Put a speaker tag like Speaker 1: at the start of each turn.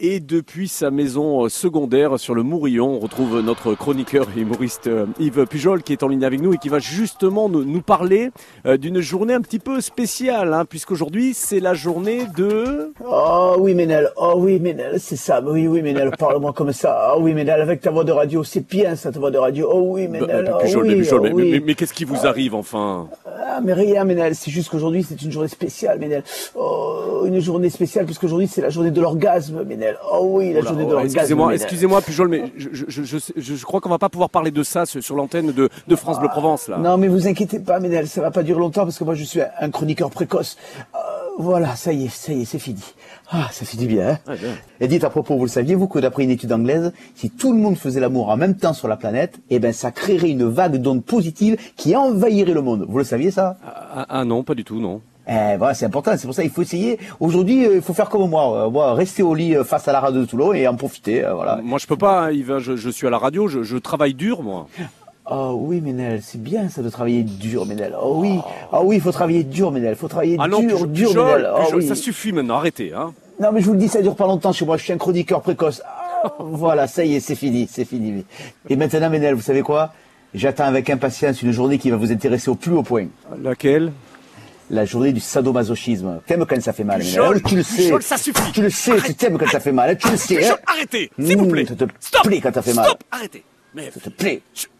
Speaker 1: Et depuis sa maison euh, secondaire sur le Mourillon, on retrouve notre chroniqueur et humoriste euh, Yves Pujol qui est en ligne avec nous et qui va justement nous parler euh, d'une journée un petit peu spéciale, hein, puisqu'aujourd'hui c'est la journée de...
Speaker 2: Oh oui Ménel, oh oui Ménel, c'est ça, oui oui Ménel, parle-moi comme ça, oh oui Ménel, avec ta voix de radio, c'est bien ça ta voix de radio, oh oui Ménel,
Speaker 1: bah, Pujol, oh, oui, mais, Pujol, oh, mais, oui. mais, mais qu'est-ce qui vous arrive enfin
Speaker 2: ah, mais rien, Ménel. C'est juste qu'aujourd'hui, c'est une journée spéciale, Ménel. Oh, une journée spéciale, puisqu'aujourd'hui, c'est la journée de l'orgasme, Ménel. Oh oui, la Oula, journée oh, de l'orgasme.
Speaker 1: Excusez-moi, excusez-moi, Pujol, mais je, je, je, je crois qu'on va pas pouvoir parler de ça sur l'antenne de, de France Bleu Provence, là.
Speaker 2: Non, mais vous inquiétez pas, Ménel. Ça va pas durer longtemps, parce que moi, je suis un chroniqueur précoce. Euh, voilà, ça y est, ça y est, c'est fini. Ah, ça fait du bien, hein ah, bien. Et dites à propos, vous le saviez, vous, que d'après une étude anglaise, si tout le monde faisait l'amour en même temps sur la planète, eh ben, ça créerait une vague d'ondes positives qui envahirait le monde. Vous le saviez, ça
Speaker 1: ah, ah, non, pas du tout, non.
Speaker 2: Eh, voilà, c'est important, c'est pour ça il faut essayer. Aujourd'hui, il faut faire comme moi, euh, moi rester au lit euh, face à la radio de Toulon et en profiter. Euh, voilà.
Speaker 1: Moi, je peux pas, hein, Yves, je, je, suis à la radio, je, je travaille dur, moi.
Speaker 2: Oh oui, Ménel, c'est bien ça de travailler dur, Ménel. Oh oui, oh oui, il faut travailler dur, Ménel. faut travailler
Speaker 1: ah
Speaker 2: non,
Speaker 1: dur,
Speaker 2: je, dur,
Speaker 1: je,
Speaker 2: Ménel.
Speaker 1: Je,
Speaker 2: oh, oui.
Speaker 1: Ça suffit maintenant, arrêtez. Hein.
Speaker 2: Non, mais je vous le dis, ça dure pas longtemps chez moi. Je suis un chroniqueur précoce. Oh, voilà, ça y est, c'est fini, c'est fini. Et maintenant, Ménel, vous savez quoi J'attends avec impatience une journée qui va vous intéresser au plus haut point.
Speaker 1: Laquelle
Speaker 2: la journée du sadomasochisme. T'aimes quand ça fait mal,
Speaker 1: Pujol,
Speaker 2: Ménel. Oh, tu le sais.
Speaker 1: Pujol, ça suffit.
Speaker 2: Tu le sais, Arrête. tu t'aimes quand ça fait mal. hein. Tu le sais.
Speaker 1: Ah. Pujol, arrêtez, s'il vous plaît.
Speaker 2: Eh. Hmm, Ça te
Speaker 1: Stop.
Speaker 2: plaît quand ça fait mal.
Speaker 1: Stop, arrêtez. Mais
Speaker 2: ça te plaît.
Speaker 1: Je...